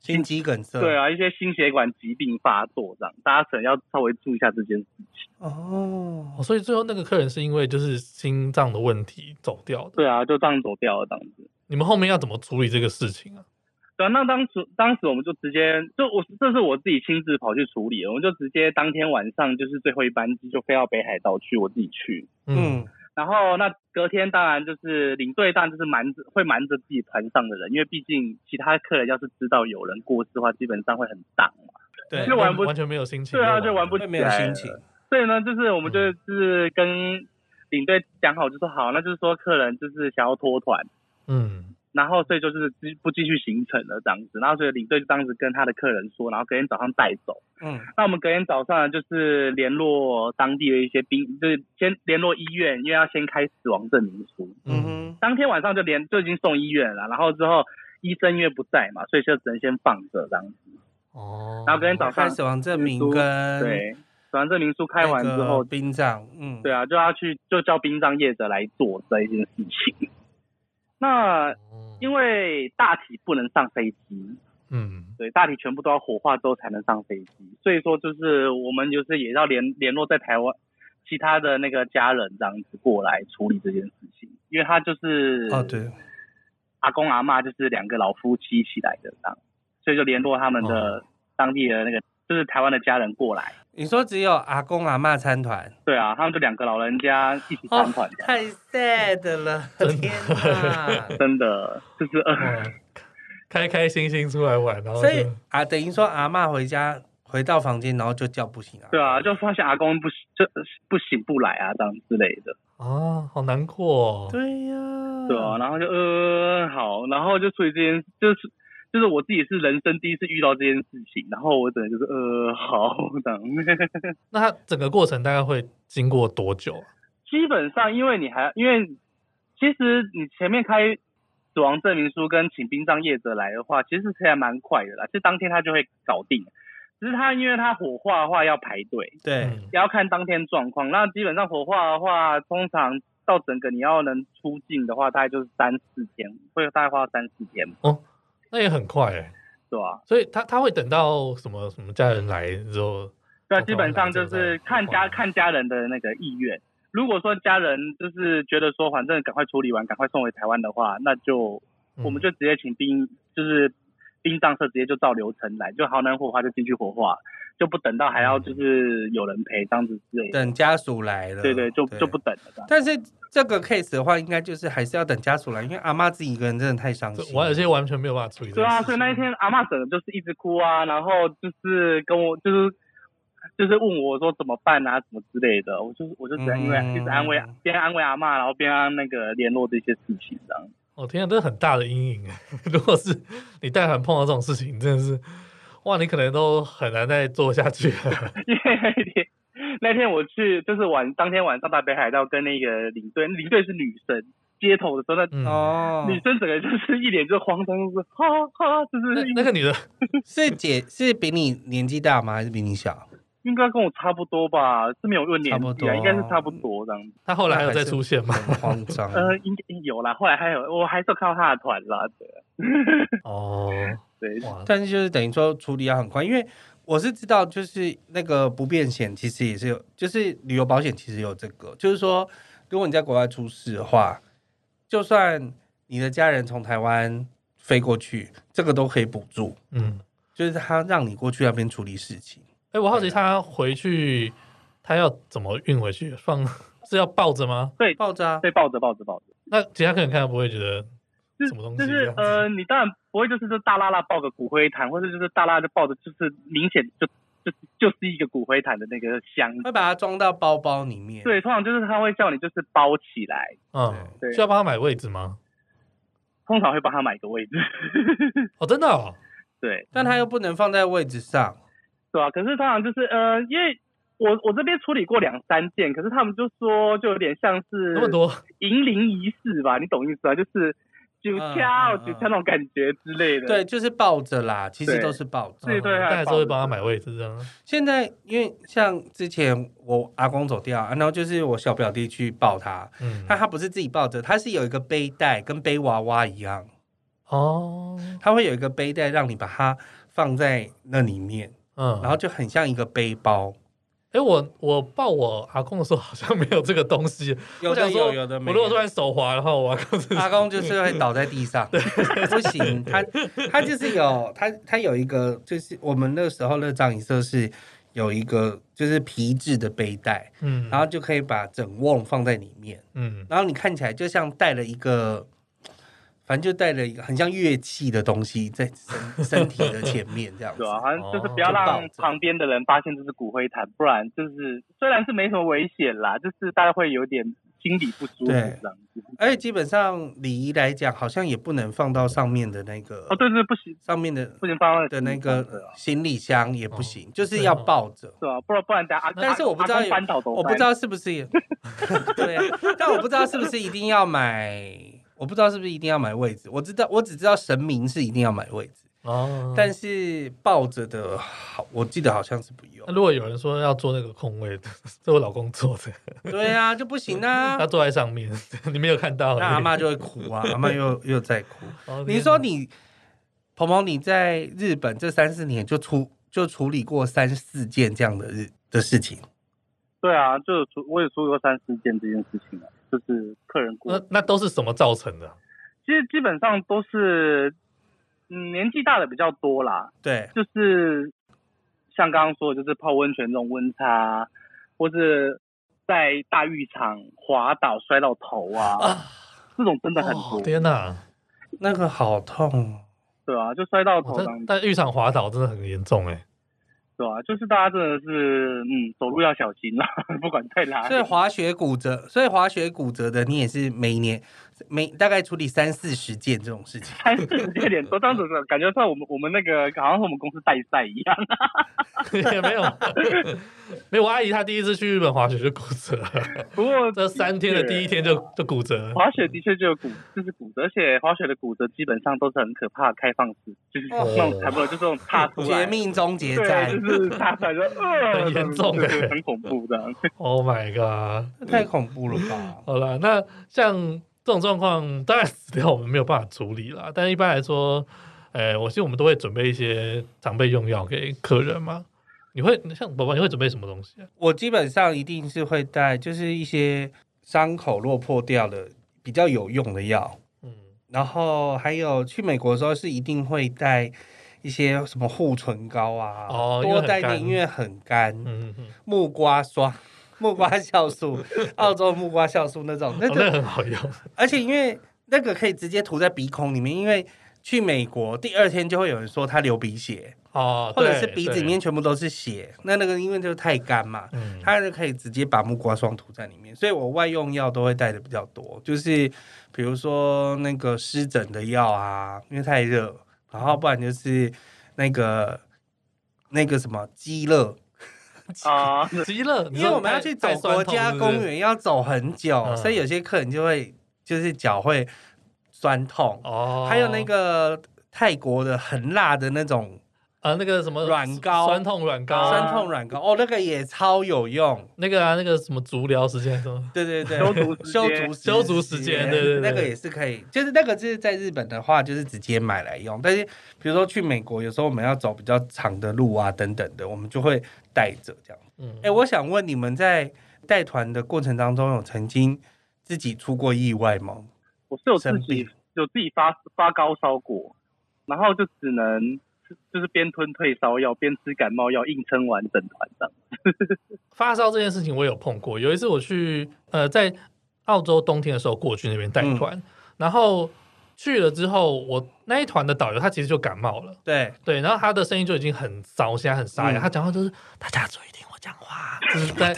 Speaker 4: 心肌梗塞。
Speaker 1: 对，啊一些心血管疾病发作这样，大家可能要稍微注意一下这件事。
Speaker 4: 哦
Speaker 3: 哦，，所以最后那个客人是因为就是心脏的问题走掉的。
Speaker 1: 对啊，就这样走掉了这样子。
Speaker 3: 你们后面要怎么处理这个事情啊？
Speaker 1: 对啊，那当时当时我们就直接就我这是我自己亲自跑去处理的，我们就直接当天晚上就是最后一班机就飞到北海道去，我自己去。
Speaker 4: 嗯，
Speaker 1: 然后那隔天当然就是领队，当然就是瞒着会瞒着自己团上的人，因为毕竟其他客人要是知道有人过世的话，基本上会很荡嘛。
Speaker 4: 对，
Speaker 1: 就玩不
Speaker 3: 完全没有心情，
Speaker 1: 对啊就玩不
Speaker 4: 会没有心情。
Speaker 1: 所以呢，就是我们就是跟领队讲好，就说好，那就是说客人就是想要脱团，
Speaker 3: 嗯，
Speaker 1: 然后所以就是继不继续行程了这样子，然后所以领队就当时跟他的客人说，然后隔天早上带走。
Speaker 4: 嗯，
Speaker 1: 那我们隔天早上呢就是联络当地的一些兵，就是先联络医院，因为要先开死亡证明书。
Speaker 4: 嗯
Speaker 3: 嗯
Speaker 4: 哼，
Speaker 1: 当天晚上就连就已经送医院了，然后之后医生因为不在嘛，所以就只能先放着这样子。
Speaker 3: 哦，
Speaker 1: 然后隔天
Speaker 3: 打
Speaker 1: 早
Speaker 4: 开
Speaker 1: 上
Speaker 4: 死亡证明
Speaker 1: 书
Speaker 4: 跟
Speaker 1: 对，死亡证明书开
Speaker 4: 那
Speaker 1: 完之
Speaker 4: 个
Speaker 1: 后，
Speaker 4: 殡葬，嗯，
Speaker 1: 对啊，就要去就叫殡葬业者来做这一件事情。那因为大体不能上飞机，
Speaker 3: 嗯
Speaker 1: 对，大体全部都要火化之后才能上飞机，所以说就是我们就是也要联联络在台湾其他的那个家人这样子过来处理这件事情，因为他就是
Speaker 4: 哦对，
Speaker 1: 阿公阿嬷就是两个老夫妻一起来的这样，所以就联络他们的当地的那个就是台湾的家人过来。
Speaker 4: 你说只有阿公阿妈参团，
Speaker 1: 对啊，他们就两个老人家一起参团的，
Speaker 4: 哦太 sad 了，天 哪！
Speaker 1: 真的就是
Speaker 3: 哦
Speaker 1: 呃，
Speaker 3: 开开心心出来玩，然后
Speaker 4: 所
Speaker 3: 就
Speaker 4: 以啊，等于说阿妈回家回到房间，然后就叫不醒啊。
Speaker 1: 对啊，就发现阿公不就不醒不来啊，这样之类的，
Speaker 3: 啊，好难过、哦。
Speaker 4: 对呀、
Speaker 1: 对啊，然后就呃好，然后就所以这件就是就是我自己是人生第一次遇到这件事情，然后我只能就是呃好这样。
Speaker 3: 那它整个过程大概会经过多久啊？
Speaker 1: 基本上，因为你还因为其实你前面开死亡证明书跟请殡葬业者来的话，其实是还蛮快的啦，就当天他就会搞定。只是他因为他火化的话要排队，
Speaker 4: 对，
Speaker 3: 嗯
Speaker 1: 也要看当天状况。那基本上火化的话，通常到整个你要能出境的话，大概就是三四天，会大概花三四天，
Speaker 3: 那也很快哎。
Speaker 1: 对吧、
Speaker 3: 所以他他会等到什么什么家人来之后，
Speaker 1: 对啊，
Speaker 3: 哦
Speaker 1: 基本上就
Speaker 3: 当
Speaker 1: 是
Speaker 3: 然这个
Speaker 1: 看
Speaker 3: 当
Speaker 1: 家
Speaker 3: 然
Speaker 1: 看家人的那个意愿。如果说家人就是觉得说，反正赶快处理完，赶快送回台湾的话，那就
Speaker 3: 嗯
Speaker 1: 我们就直接请殡，就是殡葬车直接就照流程来，就好男火化就进去火化，就不等到还要就是有人陪这样子之类的。
Speaker 4: 等家属来了。
Speaker 1: 对对，就就不。等了这样。
Speaker 4: 但是这个 case 的话，应该就是还是要等家属来，因为阿妈自己一个人真的太伤
Speaker 3: 这
Speaker 4: 心。
Speaker 3: 我有些完全没有办法处理这
Speaker 1: 对
Speaker 3: 个事
Speaker 1: 啊，
Speaker 3: 情。
Speaker 1: 所以那一天阿嬷整个就是一直哭啊，然后就是跟我就是就是问我说怎么办啊，什么之类的，我就我就只能因为
Speaker 4: 嗯
Speaker 1: 一直安慰边安慰阿嬷，然后边安那个联络这些事情这样。
Speaker 3: 哦天啊，这很大的阴影哎！ 如果是你但凡碰到这种事情，真的是哇，你可能都很难再做下去了。
Speaker 1: 因为那一天那天我去就是晚当天晚上大北海道跟那个领队，领队是女生，街头的时候那。
Speaker 3: 嗯，
Speaker 4: 哦，
Speaker 1: 女生整个就是一脸就慌张，就是哈哈，就是
Speaker 3: 那那个女的
Speaker 4: 是姐是比你年纪大吗？还是比你小？
Speaker 1: 应该跟我差不多吧，是没有问年
Speaker 4: 差不
Speaker 1: 纪
Speaker 4: 多
Speaker 1: 啊，应该是差不多这样子。
Speaker 3: 她后来还有再出现吗？
Speaker 4: 很慌张。
Speaker 3: 嗯
Speaker 1: 呃，应该有啦，后来还有，我还是有看到他的团啦，对
Speaker 3: 哦，
Speaker 1: 对，
Speaker 3: 哇，
Speaker 4: 但是就是等于说处理要很快，因为我是知道，就是那个不便险其实也是有，就是旅游保险其实有这个，就是说如果你在国外出事的话，就算你的家人从台湾飞过去，这个都可以补助，
Speaker 3: 嗯，
Speaker 4: 就是他让你过去那边处理事情。
Speaker 3: 哎、我好奇她回去，她要怎么运回去？放是要抱着吗？
Speaker 4: 爆炸，
Speaker 1: 对，抱着抱着抱着，
Speaker 3: 那其他客人看到不会觉得
Speaker 1: 就
Speaker 3: 什么东西啊
Speaker 1: 就是
Speaker 3: 这样子
Speaker 1: 呃，你当然不会就是这大拉拉抱个骨灰坛，或者就是大拉就抱着就是明显就就就是一个骨灰坛的那个箱，
Speaker 3: 嗯
Speaker 4: 会把它装到包包里面。
Speaker 1: 对，通常就是他会叫你就是包起来，
Speaker 3: 嗯，
Speaker 1: 对
Speaker 3: 需要帮她买位置吗？
Speaker 1: 通常会帮他买个位置，
Speaker 3: 哦，真的哦，
Speaker 1: 对，
Speaker 4: 但他又不能放在位置上。
Speaker 1: 对啊，可是通常就是呃，因为我我这边处理过两三件，可是他们就说就有点像是
Speaker 3: 那么多，
Speaker 1: 迎灵仪式吧，你懂意思吧？就是九
Speaker 4: 嗯
Speaker 1: 敲
Speaker 4: 嗯嗯
Speaker 1: 九敲那种感觉之类的，
Speaker 4: 对，就是抱着啦，其实
Speaker 1: 对
Speaker 4: 都是抱着。
Speaker 1: 对对
Speaker 3: 嗯
Speaker 1: 还
Speaker 3: 但还是
Speaker 1: 抱
Speaker 3: 会
Speaker 1: 着
Speaker 3: 帮她买位置这样。
Speaker 4: 现在因为像之前我阿公走掉，啊然后就是我小表弟去抱他，
Speaker 3: 嗯，
Speaker 4: 但他不是自己抱着，他是有一个背带，跟背娃娃一样，
Speaker 3: 哦，
Speaker 4: 他会有一个背带让你把它放在那里面，
Speaker 3: 嗯，
Speaker 4: 然后就很像一个背包。
Speaker 3: 哎、我我抱我阿公的时候好像没有这个东西。
Speaker 4: 有
Speaker 3: 我
Speaker 4: 的
Speaker 3: 想说
Speaker 4: 有，有的没
Speaker 3: 我如果突
Speaker 4: 有。啊
Speaker 3: 然手滑的话，我阿公真的是
Speaker 4: 阿公就是会倒在地 上，不行，他他就是有他他有一个，就是我们那时候那葬仪社是有一个就是皮质的背带，
Speaker 3: 嗯，
Speaker 4: 然后就可以把整瓮放在里面。
Speaker 3: 嗯
Speaker 4: 然后你看起来就像带了一个，反正就带了一个很像乐器的东西在身身体的前面这样 子
Speaker 1: 对。啊，好像就是
Speaker 3: 哦
Speaker 1: 不要
Speaker 4: 就抱
Speaker 1: 让
Speaker 4: 着
Speaker 1: 旁边的人发现这是骨灰坛，不然就是虽然是没什么危险啦，就是大家会有点心里不舒服这
Speaker 4: 对
Speaker 1: 样子。
Speaker 4: 而且基本上礼仪来讲，好像也不能放到上面的那个
Speaker 1: 哦，对对，不行，
Speaker 4: 上面的
Speaker 1: 不行，放在
Speaker 4: 的那
Speaker 1: 对
Speaker 4: 个呃
Speaker 1: 啊哦
Speaker 4: 行李箱也不行，就是要抱着。
Speaker 1: 对啊，不然不然等下阿，
Speaker 4: 但是我不知道
Speaker 1: 阿
Speaker 4: 有
Speaker 1: 公翻倒怎么
Speaker 4: 我
Speaker 1: 办
Speaker 4: 不知，道是不是 也，对啊，但我不知道是不是一定要买，我不知道是不是一定要买位置。我知道，我只知道神明是一定要买位置，
Speaker 1: 嗯
Speaker 3: 哦，
Speaker 4: 但是抱着的，好，我记得好像是不用
Speaker 3: 那。如果有人说要坐那个空位，是我老公坐的，
Speaker 4: 对啊，就不行啊
Speaker 3: 他。坐在上面，你没有看到而已。
Speaker 4: 那阿妈就会哭 啊，阿妈又又在 哭。
Speaker 3: 哦，
Speaker 4: 你说你鹏鹏，你在日本这三四年就处就处理过三四件这样的日的事情，
Speaker 1: 对啊，就是出我也出过三四件这件事情啊，就是客人过
Speaker 3: 那那都是什么造成的？啊
Speaker 1: 其实基本上都是嗯年纪大的比较多啦，
Speaker 4: 对，
Speaker 1: 就是像刚刚说的，就是泡温泉这种温差，或是在大浴场滑倒摔到头啊，这种真的很多，
Speaker 3: 哦天哪，
Speaker 4: 那个好痛哦，
Speaker 1: 对啊，就摔到头
Speaker 3: 哦
Speaker 1: 上
Speaker 3: 但，但浴场滑倒真的很严 重哎，
Speaker 1: 对啊，就是大家真的是，嗯，走路要小心啦， 不管在哪里，
Speaker 4: 所以，滑雪骨折，所以滑雪骨折的你也是每一年每大概处理三四十件这种事情
Speaker 1: 三四十 点多，当时感觉像我们我们那个好像是我们公司代赛一 样，
Speaker 3: 也没有， 没有。我阿姨她第一次去日本滑雪就骨折了，
Speaker 1: 不过
Speaker 3: 这三天的第一天就就骨折 了。
Speaker 1: 滑雪的确就有骨，就是骨折，而且滑雪的骨折基本上都是很可怕的开放式，就是
Speaker 4: 哦
Speaker 1: 那种差不多就是那种踏出
Speaker 4: 绝
Speaker 1: 来，
Speaker 4: 命终结
Speaker 1: 对，
Speaker 4: 战
Speaker 1: 就， 是踏出来就呃，
Speaker 3: 很严重欸
Speaker 1: 就是很恐怖的。
Speaker 3: Oh my god！
Speaker 4: 太恐怖了吧？
Speaker 3: 好啦，那像这种状况，当然死掉我们没有办法处理啦。但一般来说，呃，我其实我们都会准备一些常备用药给客人嘛。你会像宝宝，你会准备什么东西啊？
Speaker 4: 我基本上一定是会带，就是一些伤口落破掉的比较有用的药，
Speaker 3: 嗯，
Speaker 4: 然后还有去美国的时候是一定会带一些什么护唇膏啊，
Speaker 3: 哦因为
Speaker 4: 多
Speaker 3: 很
Speaker 4: 带一点，
Speaker 3: 干
Speaker 4: 因为很干，
Speaker 3: 嗯嗯嗯，
Speaker 4: 木瓜霜、木瓜酵 素、澳洲木瓜酵素那种，那
Speaker 3: 哦
Speaker 4: 个
Speaker 3: 那 很好用。
Speaker 4: 而且因为那个可以直接涂在鼻孔里面，因为去美国第二天就会有人说他流鼻血，
Speaker 3: 哦，
Speaker 4: 或者
Speaker 3: 对
Speaker 4: 是鼻子里面，全部都是血，那那个因为就是太干嘛，
Speaker 3: 对嗯，
Speaker 4: 他就可以直接把木瓜霜涂在里面，所以我外用药都会带的比较多，就是比如说那个湿疹的药啊，因为太热，然后不然就是那个那个什么鸡乐，
Speaker 1: 啊，
Speaker 3: 极乐，你
Speaker 4: 因
Speaker 3: 说
Speaker 4: 为我们要
Speaker 3: 带
Speaker 4: 去走
Speaker 3: 带酸
Speaker 4: 国
Speaker 3: 痛
Speaker 4: 家
Speaker 3: 是不是
Speaker 4: 公园要走很久，
Speaker 3: 嗯
Speaker 4: 所以有些客人就会就是脚会酸痛，
Speaker 3: 哦，
Speaker 4: 还有那个泰国的很辣的那种
Speaker 3: 啊，那个什么
Speaker 4: 软膏
Speaker 3: 酸痛软膏，
Speaker 1: 啊
Speaker 4: 酸痛软膏，哦，那个也超有用。
Speaker 3: 那个啊，那个什么足疗时间什么，
Speaker 4: 对对对，
Speaker 1: 消毒时
Speaker 4: 修
Speaker 1: 间
Speaker 4: 足
Speaker 3: 消毒时间对对
Speaker 4: 那
Speaker 3: 对
Speaker 4: 个也是可以，就是那个就是在日本的话，就是直接买来用。但是比如说去美国，有时候我们要走比较长的路啊，等等的，我们就会带着这样。
Speaker 3: 嗯
Speaker 4: 哎、，我想问你们在带团的过程当中，有曾经自己出过意外吗？
Speaker 1: 我是有自
Speaker 4: 生病
Speaker 1: 己有自己发发高烧过，然后就只能吃就是边吞退烧药边吃感冒药，硬撑完整团的。
Speaker 3: 发烧这件事情我有碰过，有一次我去呃在澳洲冬天的时候过去那边带团，然后去了之后，我那一团的导游他其实就感冒了。
Speaker 4: 对，
Speaker 3: 对，然后他的声音就已经很烧，现在很沙哑。
Speaker 4: 嗯
Speaker 3: 他讲话就是大家注意听我讲话，就是在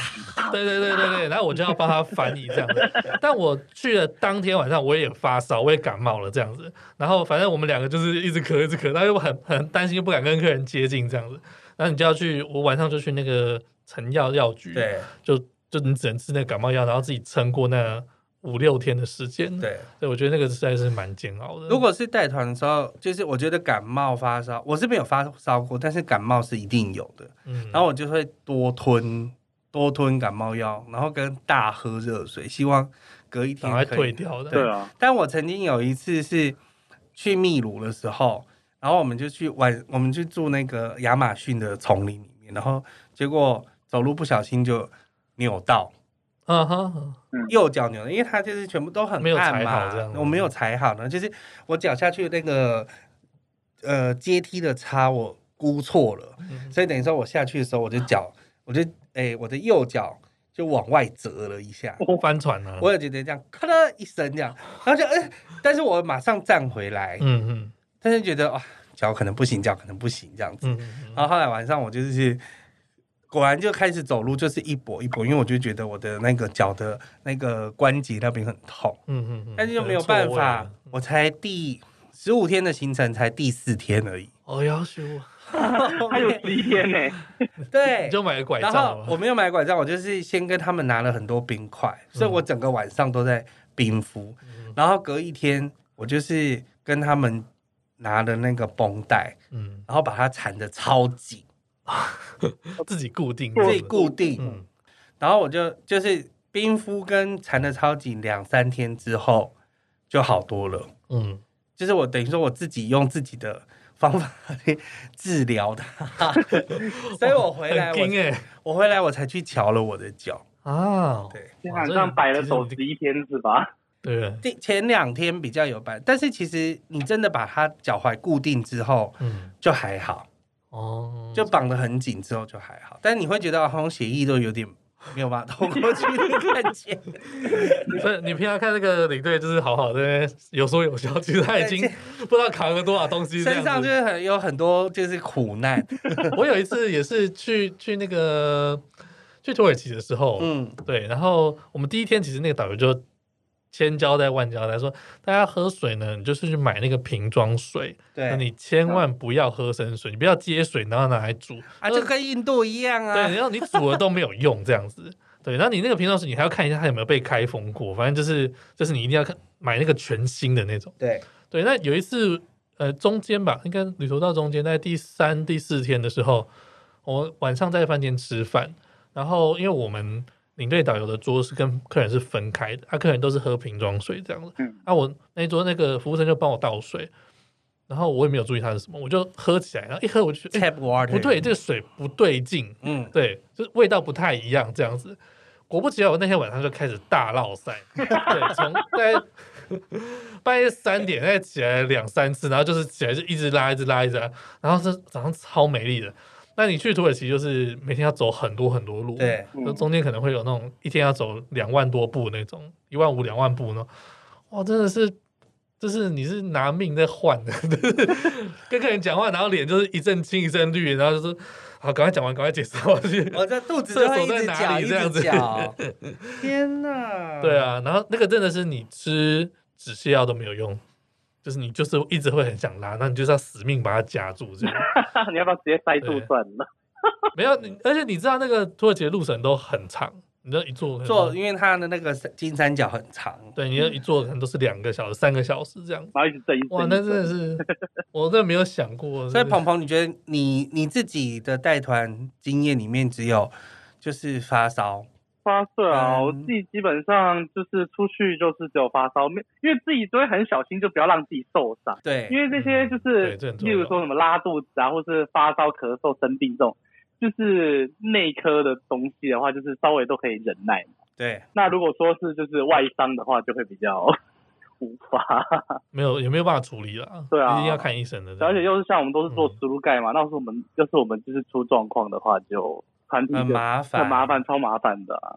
Speaker 3: 对对对对对，然后我就要帮他翻译这样子。但我去了当天晚上，我也发烧，我也感冒了这样子。然后反正我们两个就是一直咳一直咳，但又很很担心，又不敢跟客人接近这样子。然后你就要去，我晚上就去那个成药药局，
Speaker 4: 对
Speaker 3: 就就你只能吃那个感冒药，然后自己撑过那五六天的时间。，
Speaker 4: 对。
Speaker 3: 对我觉得那个实在是蛮煎熬的。
Speaker 4: 如果是带团的时候，就是我觉得感冒发烧，我是没有发烧过，但是感冒是一定有的。
Speaker 3: 嗯，
Speaker 4: 然后我就会多吞多吞感冒药，然后跟大喝热水，希望隔一天
Speaker 3: 赶快
Speaker 4: 可
Speaker 3: 退
Speaker 4: 以。
Speaker 3: 掉的。
Speaker 1: 对啊，
Speaker 4: 但我曾经有一次是去秘鲁的时候，然后我们就去晚，我们去住那个亚马逊的丛林里面，然后结果走路不小心就扭到
Speaker 3: 嗯哼。
Speaker 4: 右脚扭到，因为它就是全部都很
Speaker 3: 没有
Speaker 4: 暗
Speaker 3: 踩好
Speaker 4: 嘛
Speaker 3: 这样嗯子
Speaker 4: 我没有踩好呢，就是我脚下去那个呃阶梯的叉我估错了。
Speaker 3: 嗯
Speaker 4: 所以等于说我下去的时候，我就脚，我就哎、我的右脚就往外折了一下，
Speaker 3: 帆船呢、啊？
Speaker 4: 我也觉得这样咔啦一声这样，然后就哎、但是我马上站回来，
Speaker 3: 嗯嗯
Speaker 4: 但是觉得哇，脚可能不行，脚可能不行这样子。
Speaker 3: 嗯嗯，嗯
Speaker 4: 然后后来晚上我就是去果然就开始走路，就是一跛一跛，因为我就觉得我的那个脚的那个关节那边很痛，
Speaker 3: 嗯嗯嗯，
Speaker 4: 但是又没有办法，
Speaker 3: 嗯
Speaker 4: 我才第十五天的行程才第四天 而已，
Speaker 3: 哦，要求我
Speaker 1: 还有十一天 呢、
Speaker 4: 对
Speaker 3: 你，就买个拐
Speaker 4: 然
Speaker 3: 杖啊
Speaker 4: 后
Speaker 3: 了
Speaker 4: 我
Speaker 3: 吧。
Speaker 4: 没有买拐杖，我就是先跟他们拿了很多冰块，所以我整个晚上都在冰敷。
Speaker 3: 嗯
Speaker 4: 然后隔一天，我就是跟他们拿了那个绷带，
Speaker 3: 嗯，
Speaker 4: 然后把它缠得超紧，
Speaker 3: 自己固定，
Speaker 4: 自己固定。
Speaker 3: 嗯，
Speaker 4: 然后我就就是冰敷跟缠得超紧，两三天之后就好多了。
Speaker 3: 嗯
Speaker 4: 就是我等于说我自己用自己的方法去治疗 它，所以我
Speaker 3: 嗯，
Speaker 4: 回来
Speaker 3: 很
Speaker 4: 我
Speaker 3: 硬哎
Speaker 4: 我回来我才去瞧了我的脚。
Speaker 3: 啊，
Speaker 4: 对
Speaker 1: 基
Speaker 3: 哇
Speaker 1: 本
Speaker 3: 这
Speaker 1: 上摆了手
Speaker 3: 其实
Speaker 1: 十一天是吧？
Speaker 3: 对，
Speaker 4: 第前两天比较有板，但是其实你真的把它脚踝固定之后
Speaker 3: 嗯，
Speaker 4: 就还好。
Speaker 3: 哦，
Speaker 4: 就绑得很紧之后就还好，但你会觉得好像血液都有点没有办法透过去的感 觉。
Speaker 3: 所以你平常看这个领队就是好好的，有说有笑，其实他已经不知道扛了多少东西这
Speaker 4: 身
Speaker 3: 样子，
Speaker 4: 上就是很有很多就是苦难，
Speaker 3: 我有一次也是去去那个去土耳其的时候，
Speaker 4: 嗯，
Speaker 3: 对，然后我们第一天其实那个导游就千交代万交代说，大家喝水呢，你就是去买那个瓶装水，那
Speaker 4: 对，
Speaker 3: 你千万不要喝生水，你不要接水然后拿来煮，
Speaker 4: 啊，就跟印度一样
Speaker 3: 对，
Speaker 4: 啊，
Speaker 3: 然后你煮了都没有用这样子。对，然后你那个瓶装水，你还要看一下它有没有被开封过，反正就是就是你一定要看买那个全新的那种。
Speaker 4: 对，
Speaker 3: 对，那有一次，呃，中间吧，应该旅途到中间，在第三、第四天的时候，我晚上在饭店吃饭，然后因为我们领队导游的桌是跟客人是分开的，啊，客人都是喝瓶装水这样子，
Speaker 1: 嗯，
Speaker 3: 啊，我那一桌那个服务生就帮我倒水，然后我也没有注意它是什么，我就喝起来，然后一喝我就觉得、哎
Speaker 4: tap water
Speaker 3: 不对，，这个水不对劲，
Speaker 4: 嗯，
Speaker 3: 对，就是味道不太一样这样子。果不其然，我那天晚上就开始大闹赛， 对，从大概半夜三点再起来两三次，然后就是起来就一直拉，一直拉，一直拉，然后是早上超没力的。那你去土耳其就是每天要走很多很多路，
Speaker 4: 对，
Speaker 1: 嗯
Speaker 3: 就中间可能会有那种一天要走两万多步那种，一万五两万步呢，哇，真的是，就是你是拿命在换的，就是 跟客人讲话，然后脸就是一阵青一阵绿，然后就是好，赶快讲完，赶快解释下去。
Speaker 4: 我这肚子就会一直
Speaker 3: 厕所在哪
Speaker 4: 绞，
Speaker 3: 里
Speaker 4: 一
Speaker 3: 这样子
Speaker 4: 直绞，天哪，
Speaker 3: 对，啊，然后那个真的是你吃止泻药都没有用，就是你就是一直会很想拉，那你就是要死命把它夹住这样。
Speaker 1: 你要不要直接塞住
Speaker 3: 对
Speaker 1: 算了？
Speaker 3: 没有，你而且你知道那个土耳其的路程都很长，你知道一坐可能
Speaker 4: 做，因为它的那个金三角很长，
Speaker 3: 对，你要一坐可能都是两个小时、三个小时这样。
Speaker 1: 然后一直震一直
Speaker 3: 哇，
Speaker 1: 震
Speaker 3: 那
Speaker 1: 一
Speaker 3: 真
Speaker 1: 直
Speaker 3: 的
Speaker 1: 震
Speaker 3: 是， 我真的没有想过。
Speaker 4: 所以
Speaker 3: 是
Speaker 4: 鹏鹏，你觉得你你自己的带团经验里面，只有就是发烧，
Speaker 1: 发烧啊！
Speaker 4: 嗯
Speaker 1: 我自己基本上就是出去就是只有发烧，没因为自己都会很小心，就不要让自己受伤。
Speaker 4: 对，
Speaker 1: 因为这些就
Speaker 3: 嗯对
Speaker 1: 是
Speaker 3: 这很，重
Speaker 1: 例
Speaker 3: 要
Speaker 1: 如说什么拉肚子啊，或是发烧、咳嗽、生病这种，就是内科的东西的话，就是稍微都可以忍耐。
Speaker 4: 对，
Speaker 1: 那如果说是就是外伤的话，就会比较 无法。
Speaker 3: 没有也没有办法处理了，
Speaker 1: 对啊
Speaker 3: 一定要看医生的。
Speaker 1: 而且又是像我们都是做输入盖嘛，那时候我们要是我们就是出状况的话，就团体就
Speaker 4: 很麻烦，
Speaker 1: 很麻，烦，超麻烦的啊、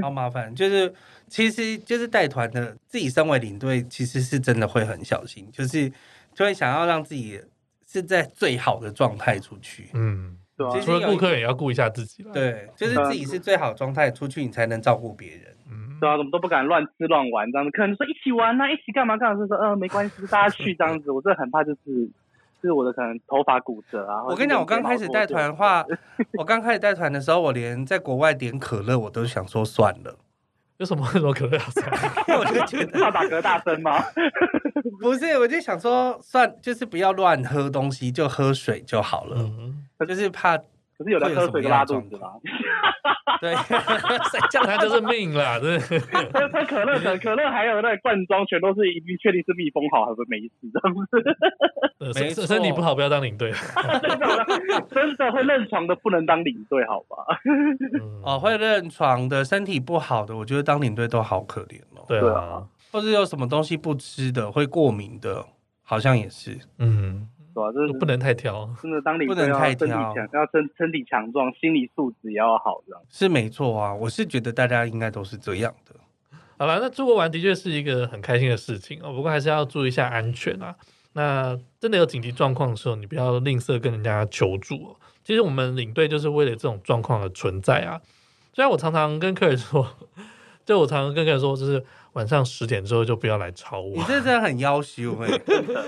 Speaker 4: 超麻烦。就是其实就是带团的自己身为领队，其实是真的会很小心，就是就会想要让自己是在最好的状态出去。
Speaker 3: 嗯，
Speaker 1: 对啊
Speaker 4: 其实
Speaker 3: 除了顾客也要顾一下自己了。，
Speaker 4: 对，就是自己是最好的状态出去，你才能照顾别人。
Speaker 3: 嗯，
Speaker 1: 对啊，怎么都不敢乱吃乱玩这样子。客人就说一起玩呐、一起干嘛干嘛，就说嗯、呃、没关系，就大家去这样子。我真的很怕就是就是我的可能头发骨折
Speaker 3: 哦
Speaker 1: 啊。
Speaker 4: 我跟你讲，我刚开始带团的 话，我刚开始带团的时候，我连在国外点可乐我都想说算了，
Speaker 3: 有什么什么可乐要塞？
Speaker 4: 因为我就
Speaker 1: 或
Speaker 4: 觉得
Speaker 1: 者是，怕打嗝大声吗？
Speaker 4: 不是，我就想说，算就是不要乱喝东西，就喝水就好了。
Speaker 3: 嗯，
Speaker 4: 就是怕
Speaker 1: 可是有的喝水就拉肚子啦，
Speaker 4: 对， 谁叫
Speaker 3: 那就是命啦，真 的。
Speaker 1: 还有喝可乐的，可乐还有那个罐装全都是已经确定是密封好，还是没事这样子。
Speaker 3: 呃
Speaker 4: 没
Speaker 3: 身
Speaker 4: 错
Speaker 3: 身体不好不要当领队。
Speaker 1: 真的真的会认床的不能当领队，好吧？
Speaker 3: 嗯
Speaker 4: 哦，会认床的，身体不好的，我觉得当领队都好可怜哦。
Speaker 3: 对
Speaker 1: 对
Speaker 3: 啊
Speaker 1: 啊，
Speaker 4: 或者有什么东西不吃的，会过敏的，好像也是。
Speaker 3: 嗯，
Speaker 1: 对吧、啊？就是
Speaker 3: 不能太挑。
Speaker 1: 真的当领
Speaker 4: 不
Speaker 1: 队
Speaker 4: 能
Speaker 1: 要
Speaker 4: 太
Speaker 1: 身体
Speaker 4: 挑
Speaker 1: 强，要身身体强壮，心理素质也要好这样。
Speaker 4: 是没错啊，我是觉得大家应该都是这样的。
Speaker 3: 好了，那出国玩的确是一个很开心的事情哦，不过还是要注意一下安全啊。那真的有紧急状况的时候，你不要吝啬跟人家求助哦。其实我们领队就是为了这种状况而存在啊。虽然我常常跟客人说， 就我常常跟客人说，就是晚上十点之后就不要来吵我
Speaker 4: 你。这真的很要羞哎、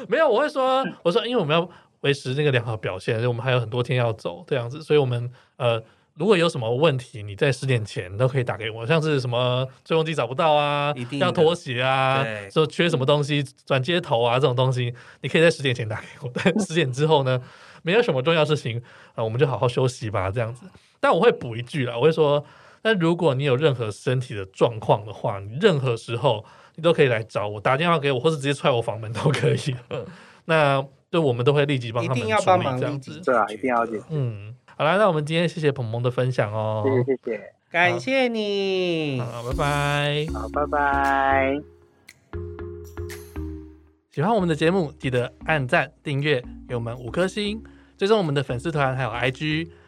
Speaker 3: 没有，我会说，我说，因为我们要维持那个良好表现，所以我们还有很多天要走这样子，所以我们呃，如果有什么问题，你在十点前都可以打给我，像是什么吹风机找不到啊
Speaker 4: 一，定的
Speaker 3: 要拖鞋啊
Speaker 4: 对，
Speaker 3: 说缺什么东西转接头啊这种东西，你可以在十点前打给我， 但十点之后呢，没有什么重要事情，呃，我们就好好休息吧，这样子。但我会补一句啦，我会说，那如果你有任何身体的状况的话，你任何时候你都可以来找我，打电话给我，或是直接踹我房门都可以。 那对我们都会立即帮
Speaker 4: 嗯一
Speaker 3: 他们
Speaker 4: 定要帮
Speaker 3: 处理
Speaker 4: 忙
Speaker 3: 这样
Speaker 4: 立即
Speaker 3: 子。
Speaker 1: 对啊，一定要解决。
Speaker 3: 嗯，好啦，那我们今天谢谢鹏鹏的分享哦，
Speaker 1: 谢谢谢谢，
Speaker 4: 感谢你。
Speaker 3: 好，拜拜。
Speaker 1: 好，拜拜。
Speaker 3: 喜欢我们的节目，记得按赞、订阅，给我们五颗星。追踪我们的粉丝团还有 IG，